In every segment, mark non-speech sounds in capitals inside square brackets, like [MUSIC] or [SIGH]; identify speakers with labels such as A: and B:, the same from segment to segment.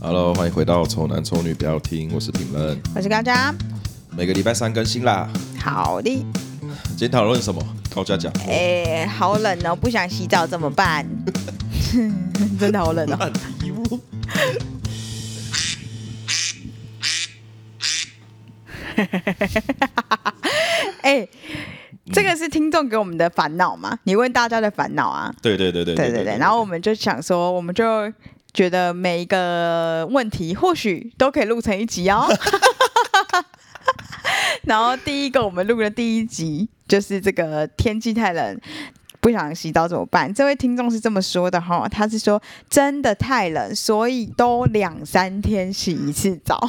A: Hello，欢迎回到《丑男丑女不要听》，我是评论，
B: 我是高佳。
A: 每个礼拜三更新啦。
B: 好的，
A: 今天讨论什么？高佳讲，
B: 哎、好冷哦，不想洗澡怎么办？ [LAUGHS] 真的好冷哦。
A: 烂题目。
B: [LAUGHS] 哎、这个是听众给我们的烦恼嘛？你问大家的烦恼啊？
A: 对对对对
B: 对对对。然后我们就想说，我们就觉得每一个问题或许都可以录成一集哦。 [LAUGHS] 然后第一个我们录的第一集就是这个天气太冷。不想洗澡怎么办？这位听众是这么说的哈，他是说真的太冷，所以都两三天洗一次澡。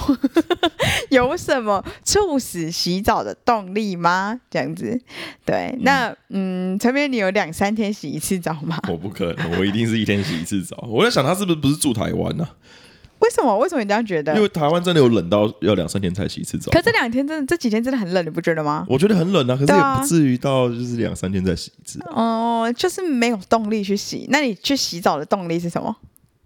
B: [LAUGHS] 有什么促使洗澡的动力吗？这样子，对，那嗯，陈明，你有两三天洗一次澡吗？
A: 我不可能，我一定是一天洗一次澡。我在想他是不是不是住台湾呢、
B: 为什么？为什么你这样觉
A: 因
B: 得？
A: 为台湾真的有冷到要两三天才洗一次澡。
B: 啊可这两天真的，这几天真的很冷，你不觉得吗？
A: 我觉得很冷啊，可是
B: 对
A: 也
B: 啊
A: 不至于到就是两三天再洗一次。
B: 哦、就是没有动力去洗。那你去洗澡的动力是什么？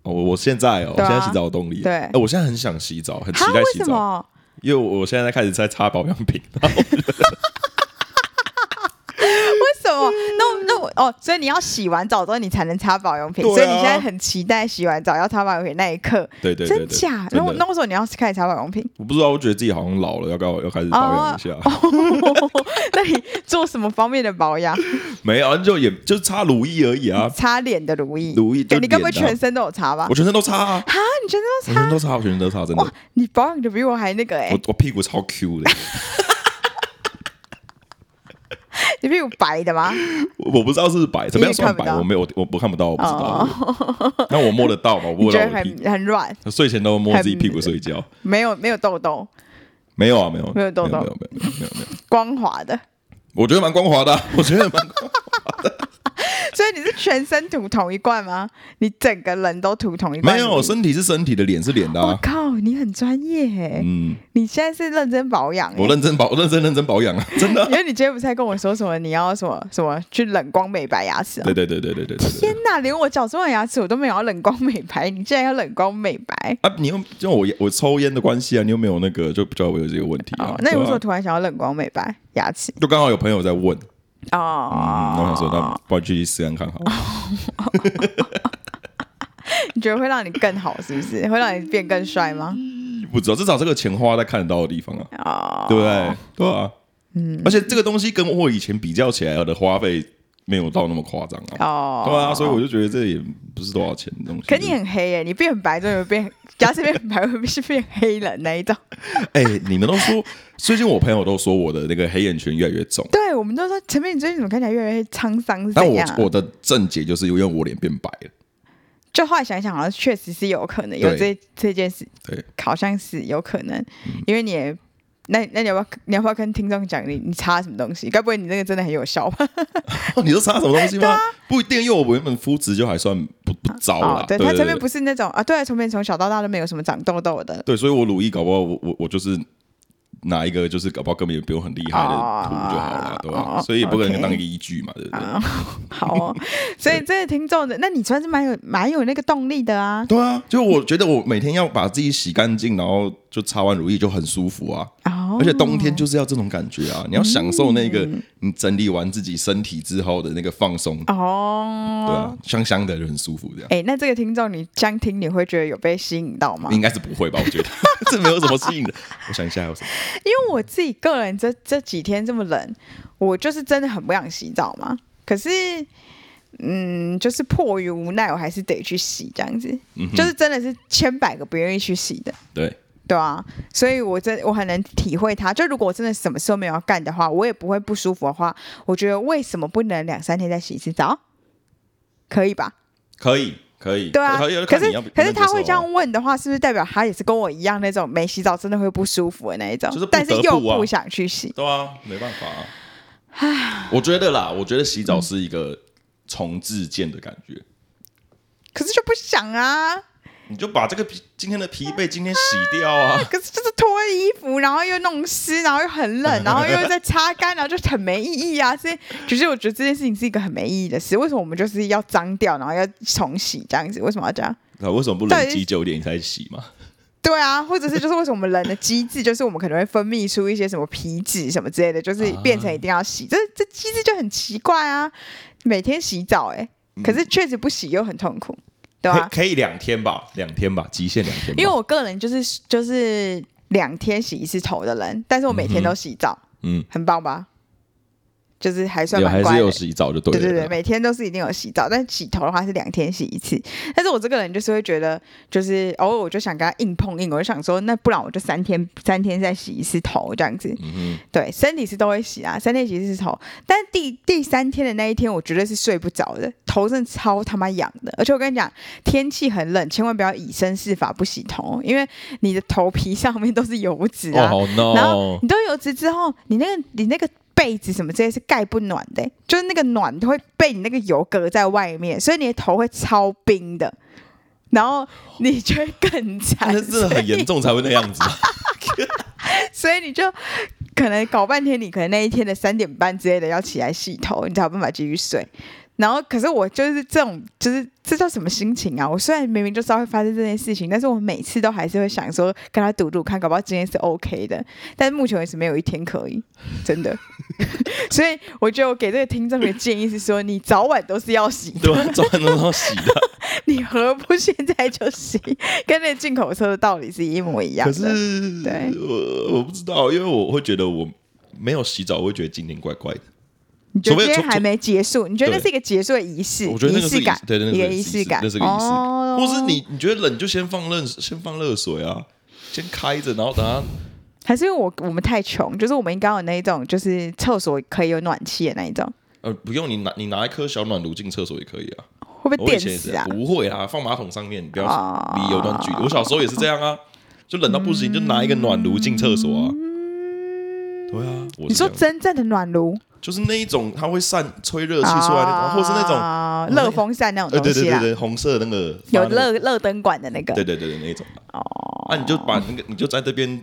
A: 哦，我我现在哦，我
B: 对啊
A: 现在洗澡有动力。
B: 对
A: 哎我现在很想洗澡，很期
B: 哈
A: 待
B: 为
A: 洗
B: 什
A: 澡，
B: 么？
A: 因为我现在开始在擦保养品。
B: 为什
A: 嗯
B: 么？那我那我哦，所以你要洗完澡之后，你才能擦保养品。
A: 对啊
B: 所以你现在很期待洗完澡要擦保养品那一刻，
A: 对对对对，
B: 真假？
A: 真
B: 那我
A: 的
B: 那我说你要开始擦
A: [LAUGHS]
B: 保养品，
A: 我不知道，我觉得自己好像老了，要搞要开始保养一下。
B: 哦那你做什么方面的保养？
A: 没有，就也就擦乳液而已
B: [LAUGHS]
A: 啊，
B: 擦脸的乳液，哎
A: 乳液就
B: 对你该不会
A: 脸啊
B: 全身都有擦吧？
A: 我全身都擦
B: [LAUGHS]
A: 啊，
B: 哈，你全身
A: 我
B: 都
A: 全身
B: 擦？
A: 都擦，我全身都擦，
B: [LAUGHS]
A: 真的
B: 哇，你保养的比我还那个哎、
A: 我我屁股超 Q 的，
B: 你比我白的吗？
A: 我我不知道是不是
B: [LAUGHS]
A: 白，怎么样算
B: 你也看不
A: 白？
B: 到
A: 我没有，我我我看不到，我不知道
B: 哦，
A: [LAUGHS] 那我摸得到吗？我
B: 你
A: 摸
B: 觉
A: 得
B: 得
A: 到我的屁股，
B: 很很软，
A: 睡前都摸自己屁股睡觉，
B: 没有没有痘痘，
A: 没有啊，没有，
B: 没有
A: 没有
B: 痘
A: 没有
B: 痘
A: 没有没有没有没有，
B: 光滑的， [LAUGHS]
A: 我觉得蛮光滑的啊，我觉得蛮光
B: 所以你是全身涂同一罐吗？你整个人都涂同一罐？
A: 没有，身体是身体的，脸是脸的
B: 我
A: 啊，
B: 靠，你很专业哎、
A: 嗯，
B: 你现在是认真保养、欸，
A: 我认真保，认真认真保养
B: [LAUGHS]
A: 啊，真的啊，
B: 因为你今天不是还跟我说什么你要什么什么去冷光美白牙齿、啊
A: 对？对对对对对对对
B: 天。哪，连我矫正完牙齿我都没有要冷光美白， [LAUGHS] 你竟然要冷光美白？
A: 啊，你又就我我抽烟的关系啊，你有没有那个就比较我有这个问题啊？
B: 哦，那你为什
A: 对
B: 么
A: 啊
B: 突然想要冷光美白牙齿？
A: 就刚好有朋友在问，嗯，
B: 哦， [LAUGHS]
A: 我想说，那不然去试看看好了。
B: 你觉得会让你更好是不是？会让你变更帅吗？
A: 不知道，至少这个钱花在看得到的地方啊，
B: 哦，
A: 对不对？对啊，嗯，而且这个东西跟我以前比较起来我的花费没有到那么夸张啊，
B: 哦，
A: 对啊，所以我就觉得这也不是多少钱的东西。
B: 可你很黑耶、你变很白，终于会变牙齿变很白， [LAUGHS] 会是变黑人那一种。
A: 哎，你们都说，最近我朋友都说我的那个黑眼圈越来越重，
B: 对，我们都说前面你最近怎么看起来越来越沧桑是
A: 但
B: 怎
A: 我
B: 样啊、
A: 我的症结就是因为我脸变白了，
B: 就后来想一想，好像确实是有可能有
A: 对嗯
B: 这这件事， [LAUGHS]
A: 对，
B: 好像是有可能，因为你也。那那你要不要你要不要跟听众讲你你擦什么东西？该不会你那个真的很有效吧？
A: 哦，你都擦什么东西
B: 啊
A: 吗？不一定，因为我原本肤质就还算不不糟啦。
B: 哦对，
A: 对
B: 它
A: 对
B: 前面
A: 对
B: 不是那种啊，对，从面从小到大都没有什么长痘痘的，
A: 对，所以我乳液搞不好我我我就是拿一个就是搞不好根本也不用很厉害的
B: 哦
A: 图就好了，对吧？
B: 哦
A: 所以也不可能
B: OK
A: 当一个依据嘛，对不对？
B: 啊，好
A: [LAUGHS]
B: 哦。所以这个听众的，那你算是蛮有蛮有那个动力的啊。
A: 对啊，就我觉得我每天要把自己洗干净，然后就擦完乳液就很舒服啊。
B: 哦，嗯
A: 而且冬天就是要这种感觉啊！你要享受那个你整理完自己身体之后的那个放松，对啊，
B: 哦，
A: 香香的就很舒服，这样
B: 哎、那这个听众你这样听，你会觉得有被吸引到吗？
A: 应该是不会吧？
B: [LAUGHS]
A: 我觉得这没有什么吸引的。我想一下还有什么？
B: 因为我自己个人这这几天这么冷，我就是真的很不想洗澡嘛。可是，嗯，就是迫于无奈，我还是得去洗，这样子，
A: 嗯哼
B: 就是真的是千百个不愿意去洗的，
A: 对，
B: 对啊。所以我真我很能体会他。就如果我真的什么事都没有要干的话，我也不会不舒服的话，我觉得为什么不能两三天再洗一次澡？可以吧？
A: 可以，可以，
B: 对啊，
A: 可以就
B: 可
A: 看
B: 是
A: 你要不
B: 可是他会这，
A: 能接受啊
B: 样问的话，是不是代表他也是跟我一样那种没洗澡真的会不舒服的那一种？
A: 就是不
B: 但是
A: 得
B: 又
A: 不啊
B: 不想去洗。
A: 对啊，没办法、啊。我觉得啦，我觉得洗澡是一个重置件的感觉，
B: 可是就不想啊，
A: 你就把这个疲今天的疲惫今天洗掉啊。
B: 可是就是脱衣服，然后又弄湿，然后又
A: [LAUGHS]
B: 很冷，然后又再擦干，然后就很没意义啊！所以，只是我觉得这件事情是一个很没意义的事。为什么我们就是要脏掉，然后要重洗这样子？为什么要这样？
A: 那为什么不
B: 到底
A: 冷
B: 是
A: 积久一点才洗嘛？
B: 对啊，或者是就是为什么我们人的机制，就是我们可能会分泌出一些什么皮脂什么之类的，就是
A: 啊
B: 变成一定要洗，这这机制就很奇怪啊。每天洗澡、欸，可
A: 嗯
B: 是确实不洗又很痛苦，对吧、
A: 可以可以两天吧，两天吧，极限两天吧。
B: 因为我个人就是就是两天洗一次头的人，但是我每天都洗澡，
A: 嗯，
B: 很棒吧？就是还算
A: 有还
B: 蛮乖
A: 是有
B: 的。
A: 洗澡就对了。嗯
B: 对对对，每天都是一定有洗澡，但洗头的话是两天洗一次。但是我这个人就是会觉得，就是偶尔我就想跟他硬碰硬，我就想说，那不然我就三天三天再洗一次头这样子。
A: 嗯
B: 对，身体是都会洗啊，三天洗一次头，但第第三天的那一天，我绝对是睡不着的，头真的超他妈痒的。而且我跟你讲，天气很冷，千万不要以身试法不洗头，因为你的头皮上面都是油脂
A: 哼，
B: 啊。
A: 哦好
B: 然后
A: no，
B: 你都油脂之后，你那个你那个被子什么这些是盖不暖的欸、就是那个暖会被你那个油隔在外面，所以你的头会超冰的，然后你就会更惨，
A: 啊那真的很严重才会那样子。啊
B: 所以，所以你就。可能搞半天，你可能那一天的三点半之类的要起来洗头，你才有办法继续睡。然后，可是我就是这种，就是这叫什么心情啊？我虽然明明就知道会发生这件事情，但是我每次都还是会想说跟他赌赌看，搞不好今天是 OK 的。但目前为止没有一天可以，
A: [LAUGHS]
B: 真的。所以我觉得我给这个听众的建议是说，你早晚都是要洗的，
A: [LAUGHS] 对吧？早晚都要洗的。
B: [LAUGHS] 你何不现在就洗？跟那进口车的道理是一模一样
A: 可
B: 的。
A: 是，
B: 对
A: 我我不知道，因为我会觉得我没有洗澡，我会觉得今天怪怪的。
B: 你觉得
A: 除非
B: 今天
A: 除
B: 还没结束？你觉得那
A: 对
B: 是一个结束的仪式？
A: 我觉得那
B: 仪
A: 个是
B: 式
A: 仪
B: 感，
A: 对，那
B: 一个
A: 是仪
B: 式感，
A: 那是个仪式
B: 哦
A: 感。或是你你觉得冷就先放热，先放热水啊，先开着，然后等它
B: 还是因为我我们太穷，就是我们应该有那一种，就是厕所可以有暖气的那一种，
A: 呃不用你拿你拿一颗小暖炉进厕所也可以啊。
B: 会被
A: 我以
B: 电
A: 前也是
B: 死
A: 这样
B: 啊！
A: 不会啊，放马桶上面，你不要
B: 哦
A: 离有段距离。我小时候也是这样啊，就冷到不行，就拿一个暖炉进厕所啊。对啊，我
B: 嗯你
A: 是这
B: 说
A: 样
B: 真正的暖炉
A: 就是那一种，它会散吹热气出来那种，或是那种
B: 啊热风扇那
A: 呃，
B: 种
A: 对对
B: 东西
A: 对
B: 啦，
A: 对，红色的那个
B: 有，
A: 发那
B: 热热灯管的那个
A: 个，对对对对那一种哦，啊，你就把那个你就在这边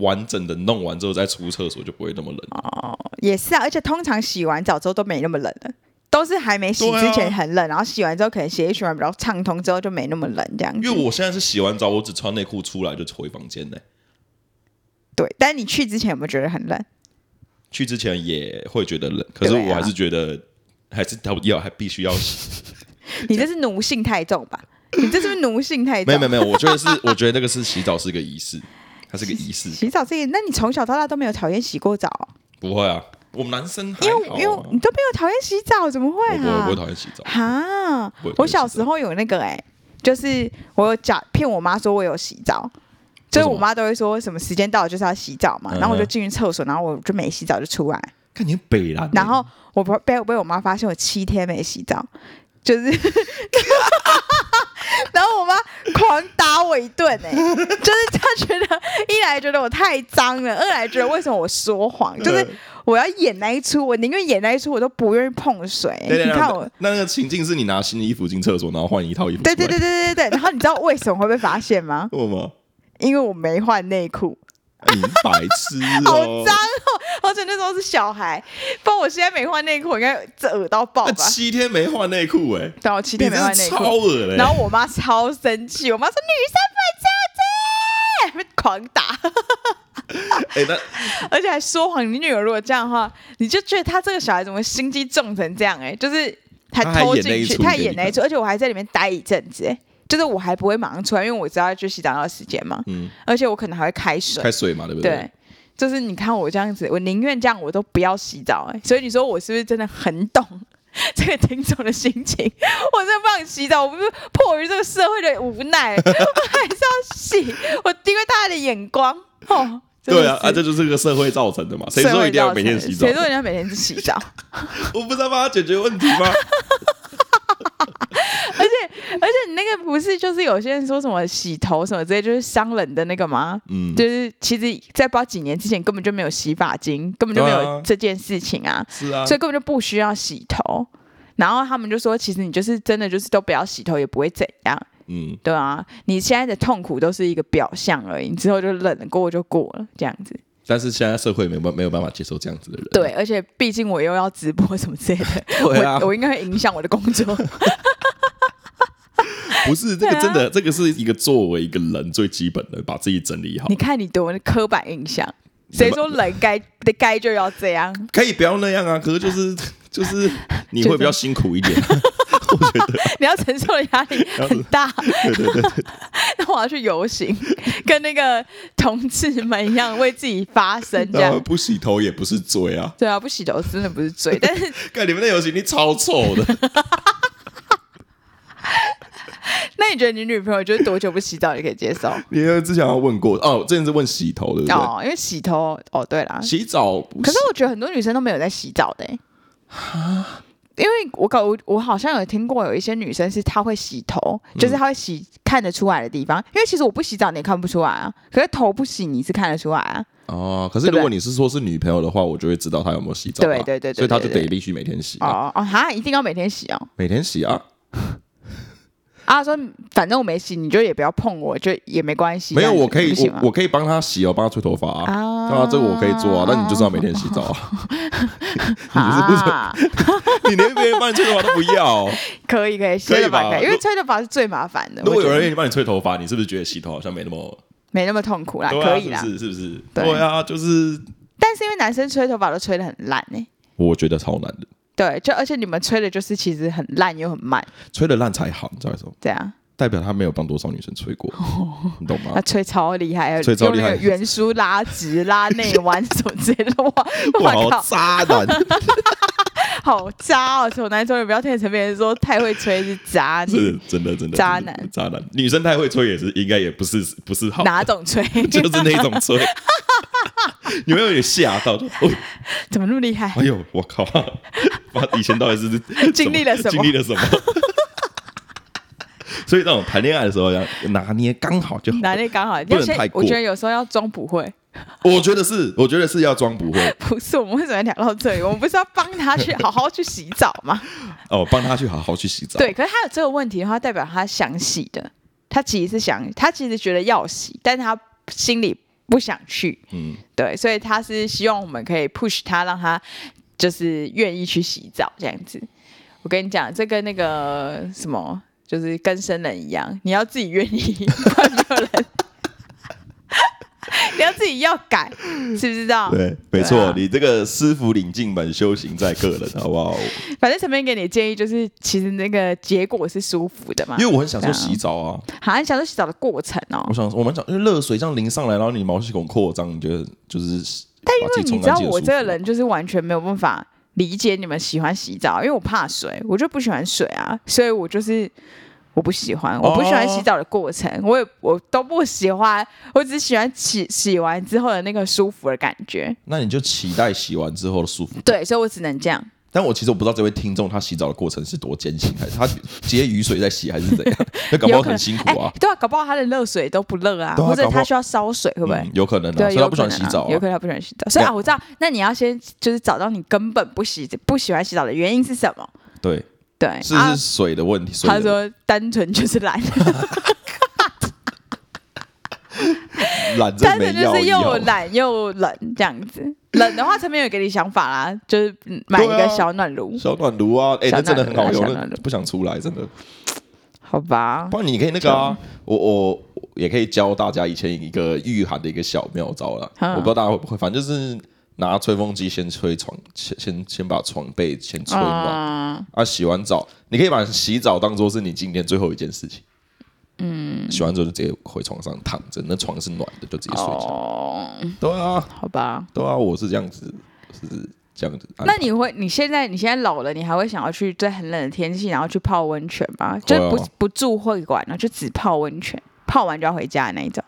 A: 完整的弄完之后再出厕所，就不会那么冷。
B: 哦也是啊。而且通常洗完澡之后都没那么冷了。都是还没洗
A: 对啊
B: 之前很冷，然后洗完之后可能血液循环比较畅通，之后就没那么冷这样子。
A: 因为我现在是洗完澡，我只穿内裤出来就回房间呢。
B: 对，但你去之前有没有觉得很冷？
A: 去之前也会觉得冷，可是
B: 对啊
A: 我还是觉得还是要要还必须要洗。
B: [LAUGHS] 你这是奴性太重
A: [LAUGHS]
B: 吧？你这是不是奴性太
A: 没
B: 重？
A: 有没有没有，我觉得是 [LAUGHS] 我觉得那个是洗澡是个仪式，它是个仪式，
B: 洗澡这个，那你从小到大都没有讨厌洗过澡哦、
A: 不会啊，我们男生还
B: 因为
A: 好、啊，
B: 因为你都没有讨厌洗澡，怎么会
A: 我不会
B: 啊
A: 不？会讨厌洗澡，
B: 哈
A: 不会讨厌洗澡，
B: 我小时候有那个哎、就是我有假骗我妈说我有洗澡。所以我妈都会说什么时间到了就是要洗澡嘛，
A: 嗯哼
B: 然后我就进去厕所，然后我就没洗澡就出来，
A: 看你很北蓝欸、
B: 然后我被被被我妈发现我七天没洗澡，就是， [LAUGHS] 然后我妈狂打我一顿哎、就是她觉得一来觉得我太脏了，二来觉得为什么我说谎，就是我要演那一出，我宁愿演那一出，我都不愿意碰水。
A: 对对
B: 你
A: 对
B: 看我。
A: 那那个情境是你拿新的衣服进厕所，然后换一套衣服出
B: 对
A: 来，？
B: 对对对对对，然后你知道为什么会被发现吗
A: 为什么？
B: 因为我没换内裤，
A: 哎你白痴
B: 好
A: 哦！
B: 脏哦！而且那时候是小孩，不然我现在没换内裤，我应该这恶到爆
A: 那
B: 吧？
A: 七天没换内裤哎，
B: 对，哦啊我七
A: 你
B: 天没换
A: 真
B: 内
A: 是
B: 裤，
A: 超恶嘞！
B: 然后我妈超生气，我妈说女生不能这样子，狂打，
A: 哎，那
B: [LAUGHS] 而且还说谎。你女儿如果这样的话，你就觉得她这个小孩怎么心机重成这样、欸？哎，就是还
A: 她还
B: 偷
A: 演那
B: 进
A: 一
B: 去，
A: 出
B: 她
A: 给
B: 演
A: 你
B: 那一出，而且我还在里面待一阵子、欸，就是我还不会马上出来，因为我知道要去洗澡要时间嘛，
A: 嗯，
B: 而且我可能还会开水，
A: 开水嘛，对不
B: 对。？就是你看我这样子，我宁愿这样，我都不要洗澡、欸。所以你说我是不是真的很懂 [LAUGHS] 这个听众的心情？我真的不想洗澡，我不是迫于这个社会的无奈， [LAUGHS] 我还是要洗。我低估大家的眼光，哦，真的
A: 对啊，啊，
B: 是
A: 这就是个社会造成的嘛。谁
B: 社
A: 说
B: 会
A: 一定要
B: 造
A: 每天洗
B: 成
A: 澡
B: 的谁？说人家每天去洗澡？ [LAUGHS]
A: 我不知道帮他解决问题吗？
B: 而且你那个不是就是有些人说什么洗头什么之类，就是伤人的那个吗？
A: 嗯，
B: 就是其实，在不知道几年之前根本就没有洗发精，根本就没
A: 对
B: 有
A: 啊
B: 这件事情啊。
A: 是啊
B: 所，以根本就不需要洗头。然后他们就说，其实你就是真的就是都不要洗头，也不会怎样，
A: 嗯，
B: 对啊，你现在的痛苦都是一个表象而已，你之后就忍过就过了，这样子。
A: 但是现在社会没办没有办法接受这样子的人。
B: 对，而且毕竟我又要
A: [LAUGHS]
B: 直播什么之类的，
A: 对啊
B: 我，我应该会影响我的工作。
A: 不是这个
B: 啊
A: 真的，这个是一个作为一个人最基本的，把自己整理好
B: 你。看你多刻板印象，谁说人该该就要这
A: [LAUGHS]
B: 样？
A: 可以不要那样啊，可是就是
B: [LAUGHS]
A: 就是你会比较辛苦一点。
B: 你要承受的压力很大。 [LAUGHS] 那我要去游行，跟那个同志们一样为自己发声，这
A: 然后
B: 样。
A: 不洗头也不是罪啊，
B: [LAUGHS] 对啊，不洗头真的不是罪，但是
A: 看你们那游行，你超臭的。
B: 那你觉得你女朋友就是多久不洗澡你可以接受？
A: 你之前好像问过哦，之前是问洗头 [LAUGHS] 对不对？
B: 哦，因为洗头哦，对啦，
A: 洗澡不
B: 可是我觉得很多女生都没有在洗澡的、欸，因为我搞我我好像有听过有一些女生是她会洗头，
A: 嗯
B: 就是她会洗看得出来的地方，因为其实我不洗澡你也看不出来啊，可是头不洗你是看得出来啊，
A: 哦，可是如
B: 对不
A: 果
B: 对
A: 你是说是女朋友的话，我就会知道她有没有洗澡嘛。
B: 对对对对
A: 所以她就
B: 对对
A: 得必须每天洗啊，
B: 哦哦哈，一定要每天洗哦。
A: 每天洗啊。
B: 啊，说反正我没洗，你就也不要碰我，就也没关系。
A: 没有，
B: 这样子
A: 我可以
B: 啊不行吗
A: 我我可以帮她洗哦，帮她吹头发啊。
B: 啊
A: 对啊，这个我可以做啊，但你就是要每天洗澡啊。不
B: [LAUGHS]
A: 是
B: 啊，
A: [LAUGHS] 你连别人帮你吹头发都不
B: [LAUGHS]
A: 要哦。
B: 可以可以，吹头发
A: 吧
B: 可以，因为
A: 如
B: 吹头发是最麻烦的。
A: 如
B: 我
A: 果有
B: 觉得
A: 人愿意帮你吹头发，你是不是觉得洗头好像没那么
B: 没那么痛苦啦，
A: 对
B: 可
A: 啊？
B: 以啦。
A: 是不是？是不是？
B: 对
A: 对啊，就是
B: 但是因为男生吹头发都吹的很烂哎、
A: 我觉得超难的，
B: 对，啊就而且你们吹的就是其实很烂又很慢，
A: 吹的烂才好，你知道为什么？
B: 这样
A: 代表他没有帮多少女生吹
B: [LAUGHS]
A: 过，你懂吗
B: 他？吹超厉害，
A: 吹超厉害
B: 用那个圆梳拉直、拉内弯什么之类的，
A: [LAUGHS]
B: 哇，
A: 哇，好
B: 我靠，
A: 渣男！
B: 好渣哦！丑男丑女不要听成别人说太会吹是渣
A: [LAUGHS] 是
B: 女，
A: 真的真的
B: 渣
A: 真的
B: 男
A: 渣男，女生太会吹也是应该也不是不是好，
B: 哪啊种吹？
A: 就是那种吹， [LAUGHS] 有没有点吓到？就哦
B: 怎么那么厉
A: [LAUGHS]
B: 害？
A: 哎呦，我靠！妈，以前到底是怎
B: [LAUGHS] 经历了什么
A: 经历了什么？ [LAUGHS] 所以那种谈恋爱的时候要拿捏刚好就好，
B: 哪里刚好？
A: 不能
B: 要先
A: 太过
B: 我觉得有时候要装不会，
A: 我觉得是，我觉得是要装不会
B: 不是我们为什么要聊到这里？我们不是要帮他去好好去洗澡吗？
A: 哦，帮他去好好去洗澡。
B: 对，可是他有这个问题的话，代表他想洗的，他其实是想，他其实觉得要洗，但是他心里不想去，
A: 嗯，
B: 对，所以他是希望我们可以 push 他，让他就是愿意去洗澡这样子。我跟你讲，这跟那个什么，就是跟生人一样，你要自己愿意，不然没有人，你要自己要改，知不知道？
A: 对，没
B: 对
A: 错
B: 啊，
A: 你这个师傅领进门，修行在个人，好不
B: [LAUGHS]
A: 好？
B: 反正陈斌给你的建议就是，其实那个结果是舒服的嘛
A: 因为。我很享受
B: 对啊
A: 洗澡啊，
B: 好像享受洗澡的过程哦
A: 我，想我们讲，因为热水这样淋上来，然后你毛细孔扩张，你觉得就是，但因
B: 因为你知道我这个人就是完全没有办法理解你们喜欢洗澡，因为我怕水，我就不喜欢水啊，所以我就是我不喜欢，我不喜欢
A: 哦
B: 洗澡的过程，我也我都不喜欢，我只喜欢洗洗完之后的那个舒服的感觉。
A: 那你就期待洗完之后的舒服。
B: 对，所以我只能这样。
A: 但我其实我不知道这位听众他洗澡的过程是多艰辛，还是他接雨水在洗，还是
B: [LAUGHS]
A: 怎样？那搞不
B: 有
A: 好
B: 可能
A: 很辛苦啊
B: 哎，对啊，搞不好他的热水都不热啊，
A: 对啊
B: 或者
A: 搞不
B: 他
A: 好
B: 需要烧水，会不会？
A: 嗯有可能啊，
B: 对，
A: 所以
B: 有
A: 他不喜
B: 可
A: 欢
B: 能
A: 洗
B: 啊
A: 澡
B: 有
A: 啊
B: 可。能他不喜欢洗澡，所以
A: 那
B: 啊，我知道。那你要先就是找到你根本不洗不喜欢洗澡的原因是什么？
A: 对，
B: 对，
A: 是
B: 啊
A: 不是水的问题？水的
B: 他说单纯就是懒，
A: 懒真
B: 单
A: 没
B: 纯就
A: 药
B: 是
A: 医
B: 又
A: 哦
B: 懒又冷这样子。冷的话，陈明有给你想法啦，就是嗯买一
A: 对
B: 个
A: 啊
B: 小暖炉，
A: 小暖炉啊，哎，
B: 小
A: 那真的很好用
B: 暖炉啊小，暖
A: 那
B: 炉
A: 不想出来，真的。
B: 好吧？
A: 不然你可以那个啊，我我我也可以教大家以前一个御寒的一个小妙招啦。
B: 嗯
A: 我不知道大家会不会，反正就是拿吹风机先吹床，先先先把床被先吹暖。
B: 嗯，
A: 啊，洗完澡，你可以把洗澡当做是你今天最后一件事情。嗯，洗完之后就直接回床上躺着，那床是暖的，就直接睡觉。
B: 哦，
A: 对啊，
B: 好吧。
A: 对啊，我是这样子，是这样子啊安排。
B: 那你会，你现在你现在老了，你还会想要去在很冷的天气，然后去泡温泉吗？就是不
A: 会啊
B: 不住会馆哦了，就只泡温泉，泡完就要回家的那一种。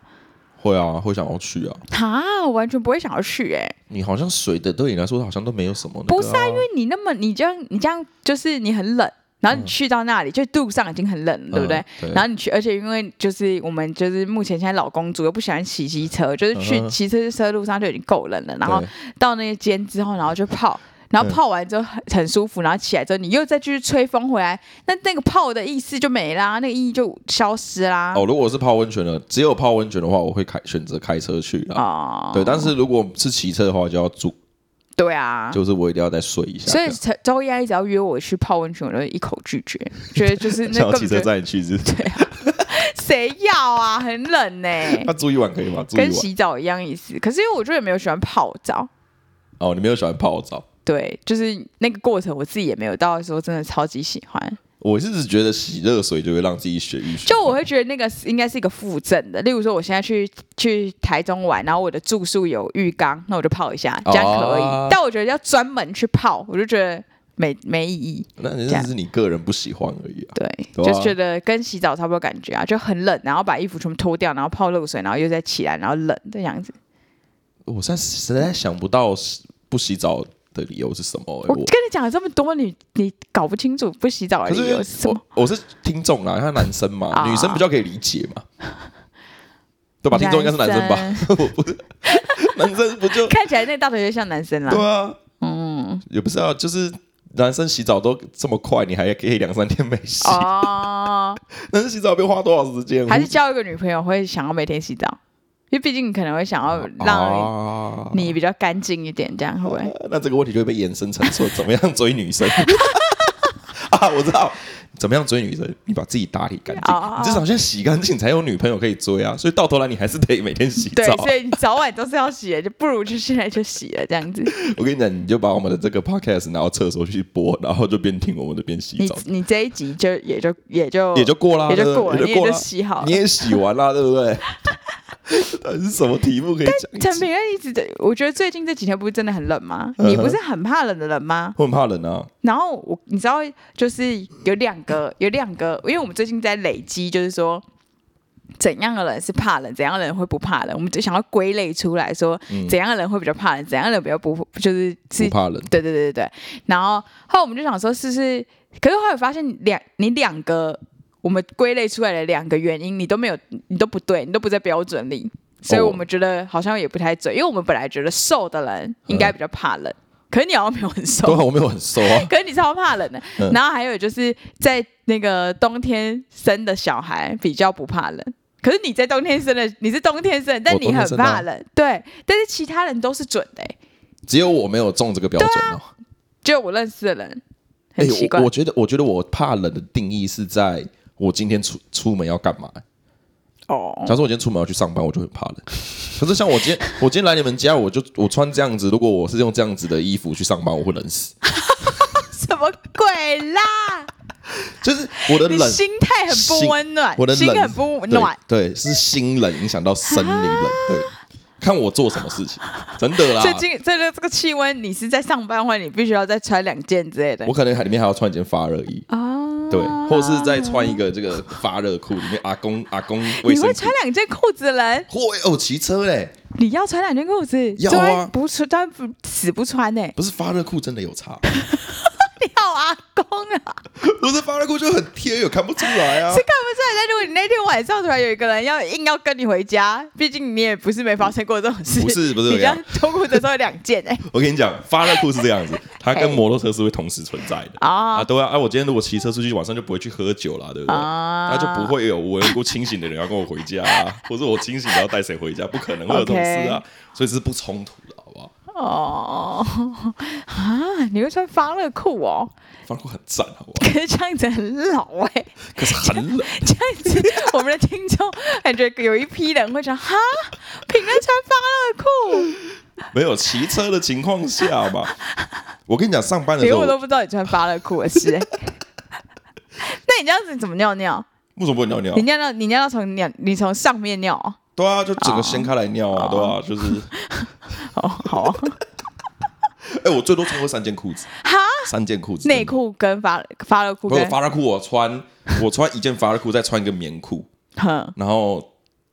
A: 会啊，会想要去啊。
B: 啊，我完全不会想要去哎、
A: 你好像水的对你来说好像都没有什么、那个啊。
B: 不是啊，因为你那么你这样你这样就是你很冷，然后你去到那里，就路上已经很冷了，对不对？
A: 嗯对
B: 然后你去，而且因为就是我们就是目前现在老公主又不喜欢骑机车，就是去
A: 嗯哼
B: 骑车车路上就已经够冷了，然后
A: 对
B: 到那间之后，然后就泡。然后泡完之后很很舒服，然后起来之后你又再继续吹风回来，那那个泡的意思就没啦，那个意义就消失啦。
A: 哦，如果是泡温泉的，只有泡温泉的话，我会开选择开车去啦。啊
B: 哦
A: 对，但是如果是骑车的话，就要住
B: 对啊，
A: 就是我一定要再睡一下。
B: 所以
A: 这样
B: 周周一啊一直要约我去泡温泉，我都一口拒绝，觉得就是那
A: 想要
B: 根
A: 骑
B: 本
A: 车
B: 就
A: 载你去
B: [LAUGHS]
A: 是不是？
B: 谁要啊，很
A: [LAUGHS]
B: 冷呢、
A: 那住一晚可以吗？住一
B: 跟
A: 晚
B: 洗澡一样意思。可是因为我就也没有喜欢泡澡，
A: 哦，你没有喜欢泡澡？
B: 对，就是那个过程我自己也没有到说真的超级喜欢，
A: 我是只觉得洗热水就会让自己血液循环
B: 就我会觉得那个是应该是一个附赠的。例如说我现在去去台中玩，然后我的住宿有浴缸，那我就泡一下，这样可以。
A: 哦
B: 但我觉得要专门去泡，我就觉得没没意义。
A: 那你那
B: 这样
A: 只是你个人不喜欢而已啊。
B: 对，
A: 对
B: 就
A: 啊
B: 是觉得跟洗澡差不多感觉啊，就很冷，然后把衣服全部脱掉，然后泡热水，然后又再起来，然后冷这样
A: 哎
B: 子。
A: 我现在实在想不到不洗澡的理由是什么、欸。
B: 我
A: 我
B: 跟你讲了这么多，你你搞不清楚不洗澡的
A: 可是
B: 理
A: 因
B: 由
A: 为
B: 是什么？
A: 我我是听众啦，他男生嘛，
B: 啊
A: 女生比较可以理解
B: [LAUGHS]
A: 嘛，对吧？听众应该是男生吧？我不是， [LAUGHS] 男生不就
B: 看起来那大腿就像男生
A: [LAUGHS]
B: 啦。
A: 对啊？
B: 嗯，
A: 也不是啊，就是男生洗澡都这么快，你还可以两三天没洗， [LAUGHS]
B: 哦，
A: 男生洗澡要花多少时间？
B: 还是交一个女朋友会想要每天洗澡，因为毕竟你可能会想
A: 哦
B: 要让
A: 啊
B: 你比较干净一点，这样会不会？
A: 那这个问题就会被延伸成说，怎么样追女生？ [LAUGHS] 啊，我知道，怎么样追女生？你把自己打理干净，
B: 哦哦哦
A: 你至少先洗干净，才有女朋友可以追啊。所以到头来，你还是得每天洗
B: [LAUGHS] 对
A: 澡，啊、
B: 所以你早晚都是要洗的，就不如就现在就洗了这
A: [LAUGHS]
B: 样子。
A: 我跟你讲，你就把我们的这个 podcast 拿到厕所去播，然后就边听我们的边洗
B: 你
A: 澡，
B: 你这一集就也就也就
A: 也就过啦，
B: 哦也就
A: 对不对
B: 过了
A: 也
B: 你
A: 就
B: 也
A: 过
B: 就
A: 啦，
B: 洗好了
A: 你也洗完啦，对不
B: [LAUGHS]
A: 对？到底是什么题目可以讲一
B: 陈
A: 集？
B: 平安一直在，我觉得最近这几天不是真的很冷吗？
A: 嗯哼
B: 你不是很怕冷的人吗？
A: 我很怕冷啊，
B: 然后我你知道，就是有两个有两个，因为我们最近在累积，就是说怎样的人是怕冷，怎样的人会不怕冷，我们就想要归类出来说，
A: 嗯
B: 怎样的人会比较怕冷，怎样的人比较不就是
A: 不
B: 是
A: 怕冷。
B: 对对对对对。然后后来我们就想说，是不是？可是后来发现两你两个我们归类出来的两个原因，你都没有，你都不对，你都不在标准里。所以
A: 哦
B: 我们觉得好像也不太准，因为我们本来觉得瘦的人应
A: 嗯
B: 该比较怕冷，可是你好像没有很
A: 对
B: 瘦
A: 啊，，我没有很瘦 [LAUGHS] 啊，
B: 可是你超怕冷的。
A: 嗯
B: 然后还有就是在那个冬天生的小孩比较不怕冷，可是你在冬天生的，你是冬天生，但
A: 我
B: 你
A: 冬天
B: 很
A: 生的啊
B: 怕冷，对。但是其他人都是准的欸、
A: 只有我没有中这个标准哦、
B: 就我认识的人
A: 哎
B: 啊很，奇怪。
A: 我我觉得，我觉得我怕冷的定义是在我今天出出门要干嘛、
B: 哦，
A: 假如说我今天出门要去上班，我就很怕冷。可是像我
B: [LAUGHS]
A: 今天，我今天来你们家，我就我穿这样子，如果我是用这样子的衣服去上班，我会冷死。
B: 什么鬼啦？
A: 就是我的
B: 你
A: 冷，
B: 心态很不温暖，
A: 我的
B: 哎心
A: 冷
B: 很不暖。啊
A: 对，对是心冷影响到生理冷，对。看我做什么事情，真的啦
B: 所。以今这个这个气温，你是在上班的话，你必须要再穿两件之类的
A: 我可能还里面还要穿一件发热衣，
B: 啊。
A: 对，或是再穿一个这个发热裤，里面阿公阿公卫
B: 你
A: 生
B: 会
A: 裤
B: 穿。两件裤子的人，
A: 会哦，骑车嘞，
B: 你要穿两件裤子，
A: 要啊
B: 就会不穿，但不死不 [LAUGHS] 穿呢、
A: 不是发热裤真的有差。 [LAUGHS]
B: 你好阿公啊，
A: 不是发热裤就很贴，有看不出来啊
B: 这看不出。来。但如果你那天晚上突然有一个人要硬要跟你回家，毕竟你也不是没发生过这种事，
A: 不是不是
B: 你
A: 这
B: 这样
A: 样
B: 脱裤子的时候有两
A: [LAUGHS]
B: 件哎、
A: 我跟你讲，发热裤是这样
B: [LAUGHS]
A: 子，它跟摩托车是会同时存在的
B: 啊
A: 啊。对啊，啊，我今天如果骑车出去，晚上就不会去喝酒啦，对不对？
B: 啊
A: 那就不会有无缘无故清醒的人要跟我回家，
B: [LAUGHS]
A: 啊，或者我清醒的要带谁回家，不可能会有这种事啊。所以这是不冲突的，好不好？
B: 哦，啊，你会穿发热裤哦？
A: 发热裤很赞，好不好？ [LAUGHS]
B: 可是这样子很老哎、
A: 可是很冷，
B: 这样子我们的听众感觉有一批人会想哈，平安穿发热裤，
A: 没有骑车的情况下嘛。我跟你讲，上班的时
B: 连
A: 候
B: 我都不知道你穿发热裤
A: [LAUGHS]
B: 的事、欸。那你这样子怎么尿尿？
A: 为什么不能尿
B: 你
A: 尿？
B: 尿尿，你尿尿从尿，你从上面尿哦。
A: 对啊，就整个掀开来尿啊，对啊，就是。
B: [LAUGHS] 哦，好啊，
A: 哎，我最多穿过三件裤子，
B: 哈，
A: 三件裤子，
B: [LAUGHS] 内裤跟发发热裤
A: 不是我，
B: 跟
A: 发热裤，我穿 [LAUGHS] 我穿一件发热裤，再穿一个棉裤，
B: 哼，
A: 然后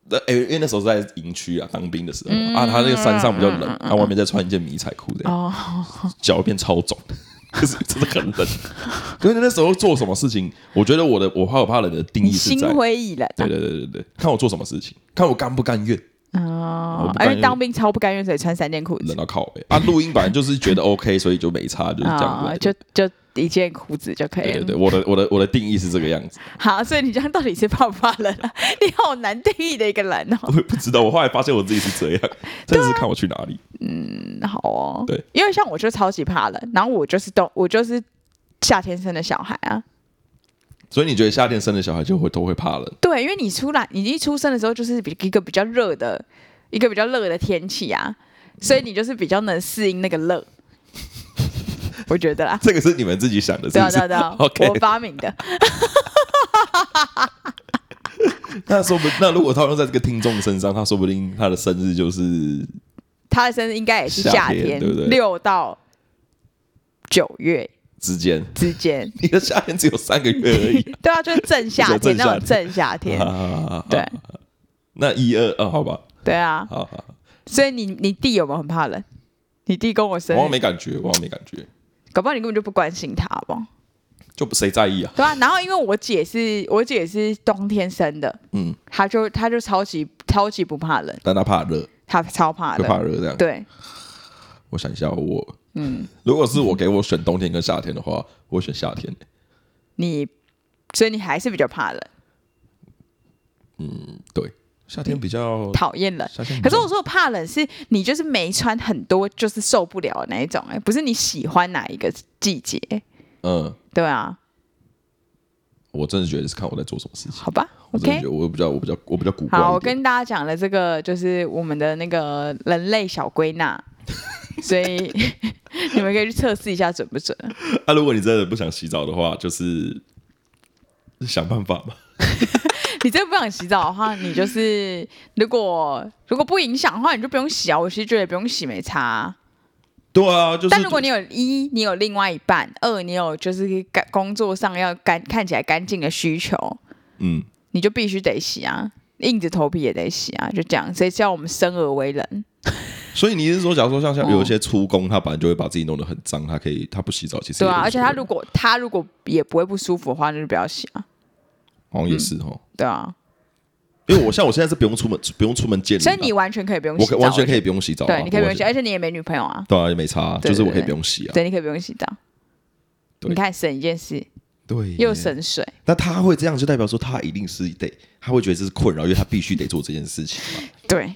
A: 那诶、因为那时候是在营区啊，当兵的时候、
B: 嗯
A: 啊，他那个山上比较冷，啊，外面再穿一件迷彩裤这样，
B: 哦，
A: 脚会变超肿， [LAUGHS] 就是真的很冷。所以那时候做什么事情，我觉得我的我怕我怕冷的定
B: 你
A: 义是
B: 心
A: 在。
B: 灰意冷啊
A: 对对对对对，看我做什么事情，看我甘不甘愿，
B: 哦
A: 我不，
B: 而
A: 甘
B: 且
A: 愿
B: 哎当兵超不甘愿，所以穿三件裤子 [LAUGHS]
A: 冷。到靠背啊！录音版就是觉得 OK，所以就没差，就是这样
B: 啊、
A: 子。
B: 就就一件裤子就可以
A: 对对
B: 了。
A: 对，我的我的我的定义是这个样子。
B: 好，所以你这样到底是泡不泡人啊？你好难定义的一个人
A: 我 [LAUGHS]
B: 哦。
A: 也不知道，我后来发现我自己是这
B: 啊
A: 样，真的是看我去哪里。
B: 嗯，好哦。
A: 对，
B: 因为像我就超级怕冷，然后我就是冬，我就是夏天生的小孩啊。
A: 所以你觉得夏天生的小孩就会都会怕冷？
B: 对，因为你出来，你一出生的时候就是比一个比较热的，一个比较热的天气啊，所以你就是比较能适应那个热，我觉得啦。
A: 这个是你们自己想的， [LAUGHS] 是
B: 对
A: 不
B: 啊，
A: 是
B: 对啊，对啊
A: [LAUGHS] OK，
B: 我发明的。
A: 那说不，那如果套用在这个听众身上，他说不定他的生日就是
B: 他的生日应该也是夏
A: 夏天对不对
B: 六到九月
A: 之间， [LAUGHS]
B: 之间。
A: 你的夏天只有三个月而已。
B: 对啊，就是正夏
A: 正夏天
B: 天那种正夏天。
A: 啊，
B: 对
A: 那一二二，好吧，
B: 对啊，
A: 好好，
B: 所以你你弟有没有很怕冷？你弟跟我
A: 我
B: 生
A: 好像
B: 日，
A: 没感觉，我好像没感觉，
B: 搞不好你根本就不关心他好不好？
A: 就不谁在意啊？
B: 对啊，然后因为我姐是我姐是冬天生的，
A: 嗯，
B: 她就她就超级超级不怕冷，
A: 但他怕热，
B: 她超怕
A: 会
B: 冷。
A: 怕热这样。
B: 对，
A: 我想一下，我
B: 嗯，
A: 如果是我给我选冬天跟夏天的话，我会选夏天。
B: 你所以你还是比较怕冷，
A: 嗯对，夏天比较，
B: 讨厌冷。
A: 夏天比
B: 可
A: 较
B: 是我说我怕冷是你就是没穿很多就是受不了的那一种、哎，不是你喜欢哪一个季节，
A: 嗯，
B: 对啊，
A: 我真的觉得是看我在做什么事情。
B: 好吧
A: 我真的
B: ，OK
A: 觉。得我比较我比较我比较古怪一点。
B: 好，我跟大家讲了这个，就是我们的那个人类小归纳，所以 [LAUGHS] 你们可以去测试一下准不准。
A: 那、啊如果你真的不想洗澡的话，就是想办法吧。
B: [LAUGHS] 你真的不想洗澡的话，你就是如果如果不影响的话，你就不用洗啊。我其实觉得不用洗没差啊、
A: 对啊，就是
B: 但如果你有一，你有另外一半；二，你有就是干工作上要干看起来干净的需求，
A: 嗯，
B: 你就必须得洗啊，硬着头皮也得洗啊，就这样。所以叫我们生而为人，
A: 所以你是说，假如说像像
B: 哦
A: 有一些出工，他本来就会把自己弄得很脏，他可以他不洗澡，其实
B: 对
A: 也无所
B: 啊。
A: 谓
B: 而且他如果他如果也不会不舒服的话，那就不要洗啊，
A: 好像也是哦，
B: 对啊。
A: 因为我像我现在是不用出门，不用出门见人啊，
B: 所以你完全可以不用洗
A: 我
B: 澡，
A: 可完全可
B: 以，
A: 以不用洗澡啊，
B: 对，你可以不用洗，
A: 我完全，
B: 而且你也没女朋友啊，
A: 对啊，也没差啊，
B: 对
A: 就是我
B: 对
A: 可以
B: 对
A: 不用洗啊，
B: 对，你可以不用洗澡。
A: 对
B: 你看省一件事，
A: 对，
B: 又。省水。
A: 那他会这样，就代表说他一定是得，他会觉得这是困扰，因为他必须得做这件事情嘛。
B: 对。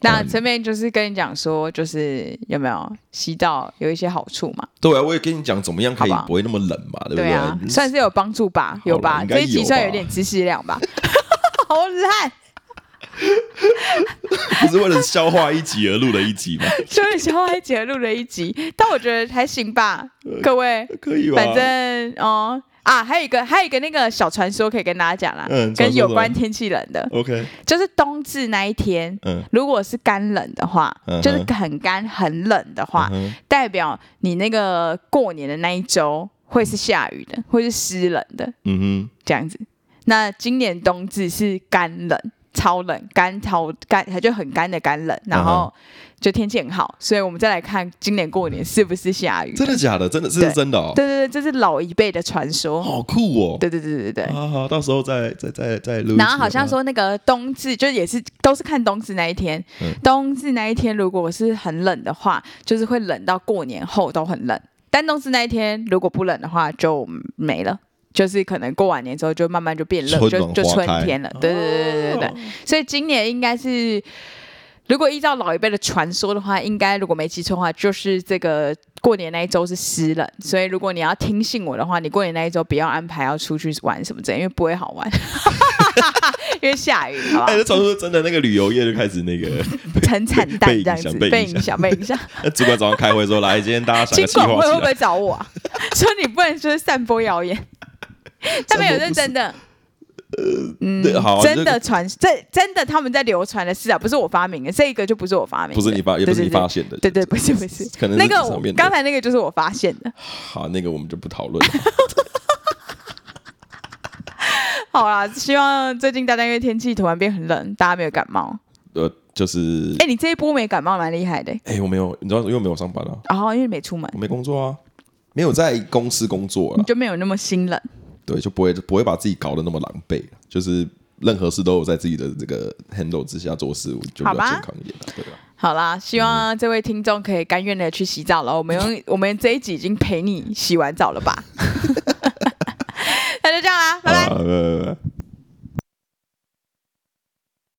B: 那
A: 嗯
B: 这边就是跟你讲说，就是有没有洗澡有一些好处嘛？
A: 对啊，我也跟你讲，怎么样可以
B: 好吧
A: 不会那么冷嘛，对不
B: 对啊，算是有帮助吧，有
A: 好啦
B: 吧？
A: 应该
B: 这一集
A: 有
B: 算有
A: 吧
B: 点知识量吧，好烂，
A: 不是为了消化一集而录了一集嘛？
B: 就是小歪姐录了一集，但我觉得还行吧，
A: 呃
B: 各位，
A: [LAUGHS] 可以吧？
B: 反正哦。啊，还有一个，还有一个那个小传说可以跟大家讲啦，
A: 嗯传
B: 跟
A: 说
B: 有
A: 什么
B: 关天气冷的，
A: OK，
B: 就是冬至那一天，
A: 嗯，
B: 如果是干冷的话，
A: 嗯哼
B: 就是很干很冷的话，
A: 嗯哼
B: 代表你那个过年的那一周会是下雨的，会是湿冷的
A: 嗯
B: 这样子。那今年冬至是干冷，超冷，干超干，它就很干的干冷，然后就天气很好，所以我们再来看今年过年是不是下雨
A: 哼，。真的假的？真的这是
B: 对
A: 真的哦，
B: 对对对，这是老一辈的传说。
A: 好酷哦！
B: 对对对对对。
A: 好好，到时候再再再再录一集。
B: 然后好像说那个冬至，就也是都是看冬至那一天。
A: 嗯
B: 冬至那一天如果是很冷的话，就是会冷到过年后都很冷。但冬至那一天如果不冷的话，就没了。就是可能过完年之后就慢慢就变冷，
A: 春
B: 就
A: 暖
B: 就
A: 花
B: 春
A: 开
B: 天了。对对对对对对。所以今年应该是，如果依照老一辈的传说的话，应该如果没记错的话，就是这个过年那一周是湿冷。所以如果你要听信我的话，你过年那一周不要安排要出去玩什么之类，因为不会好
A: [LAUGHS]
B: 玩，因为下雨，好吧
A: 哎，？那传说真的那个旅游业就开始那个，
B: [LAUGHS] 很惨淡这样子，
A: 被
B: 被
A: 被影
B: 影响，被影响。
A: 那主管早上开会说，来，今天大家 [LAUGHS] 想
B: 金
A: 个计
B: 管
A: 划
B: 会会
A: 起
B: 不
A: 来。
B: 会找我 [LAUGHS] 啊？说你不能就是散播
A: [LAUGHS]
B: 谣言，他们有认真的。嗯
A: 对好啊
B: 真
A: 这
B: 的传，这真的他们在流传的是啊，不是我发明的，这个就不是我发明的，
A: 不是你发，也不是
B: 对
A: 你发现的，
B: 对对，不是不是，
A: 可能是
B: 那个
A: 纸
B: 我
A: 上面的
B: 刚才那个就是我发现的。
A: 好，那个我们就不讨论
B: [LAUGHS]
A: 了。
B: 好啦，希望最近大家因为天气突然变很冷，大家没有感冒。
A: 呃，就是，
B: 哎、你这一波没感冒蛮厉害的、
A: 哎，我没有，你知道，因为我没有上班啊，
B: 然、后因为没出门，
A: 我没工作啊，没有在公司工作
B: 你
A: 啊，
B: 就没有那么心冷。
A: 对，就不会就不会把自己搞得那么狼狈，就是任何事都有在自己的这个 handle 之下做事，我就比
B: 好
A: 较
B: 吧
A: 健康一点啊，对吧？
B: 好啦，希望这位听众可以甘愿的去洗澡了。我们用我们这一集已 [LAUGHS] 经陪你洗完澡了吧？那就这样啦，拜拜。
A: 好拜拜拜拜。